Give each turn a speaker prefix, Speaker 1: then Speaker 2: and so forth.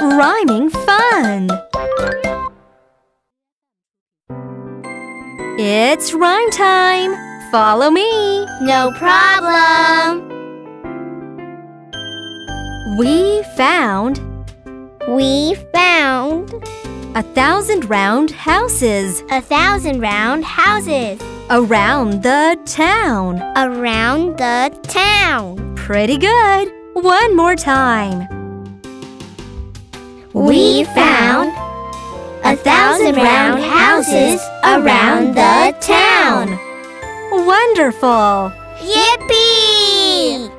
Speaker 1: rhyming fun. It's rhyme time. Follow me.
Speaker 2: No problem.
Speaker 1: We found
Speaker 2: We found
Speaker 1: a thousand round houses
Speaker 2: a thousand round houses
Speaker 1: around the town.
Speaker 2: around the town.
Speaker 1: Pretty good. One more time.
Speaker 2: We found a thousand round houses around the town.
Speaker 1: Wonderful.
Speaker 2: Yippee!